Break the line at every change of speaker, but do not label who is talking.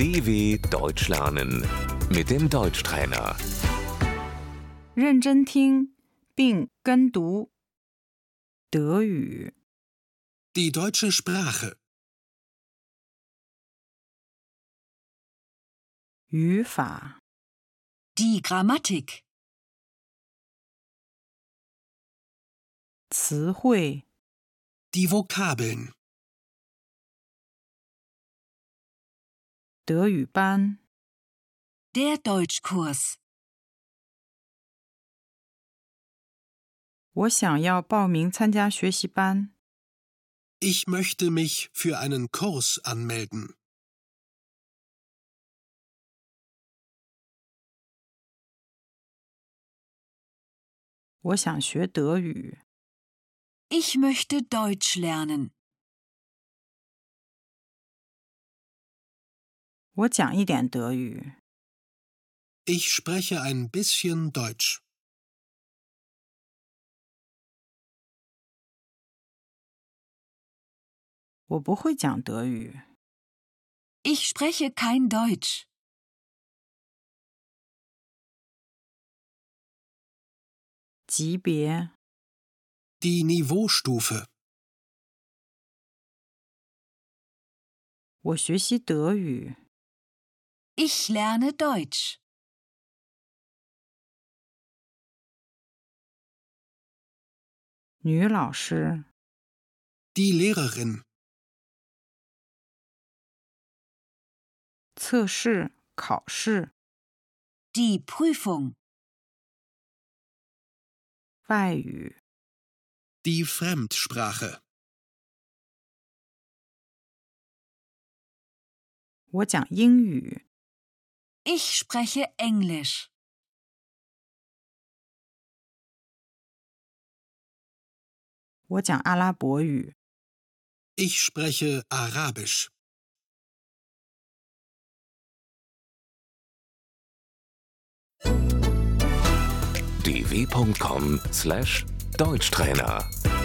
DW Deutsch lernen mit dem Deutschtrainer.
认真听并跟读德语。
Die deutsche Sprache.
语法、
Die Grammatik,
词汇、
Die Vokabeln.
德语班、
der Deutschkurs.
我想要报名参加学习班。
Ich möchte mich für einen Kurs anmelden.
我想学德语。
Ich möchte Deutsch lernen.
我讲一点德语。
Ich spreche ein bisschen Deutsch.
我不会讲德语。
Ich spreche kein Deutsch.
级别、
Die Niveaustufe.
我学习德语。
Ich lerne Deutsch.
女老师、
Die Lehrerin.
测试、考试、
Die Prüfung,
外语、
Die Fremdsprache.
我讲英语。
ich spreche Englisch.
我讲阿拉伯语。
Ich spreche Arabisch.
dw.com/deutschtrainer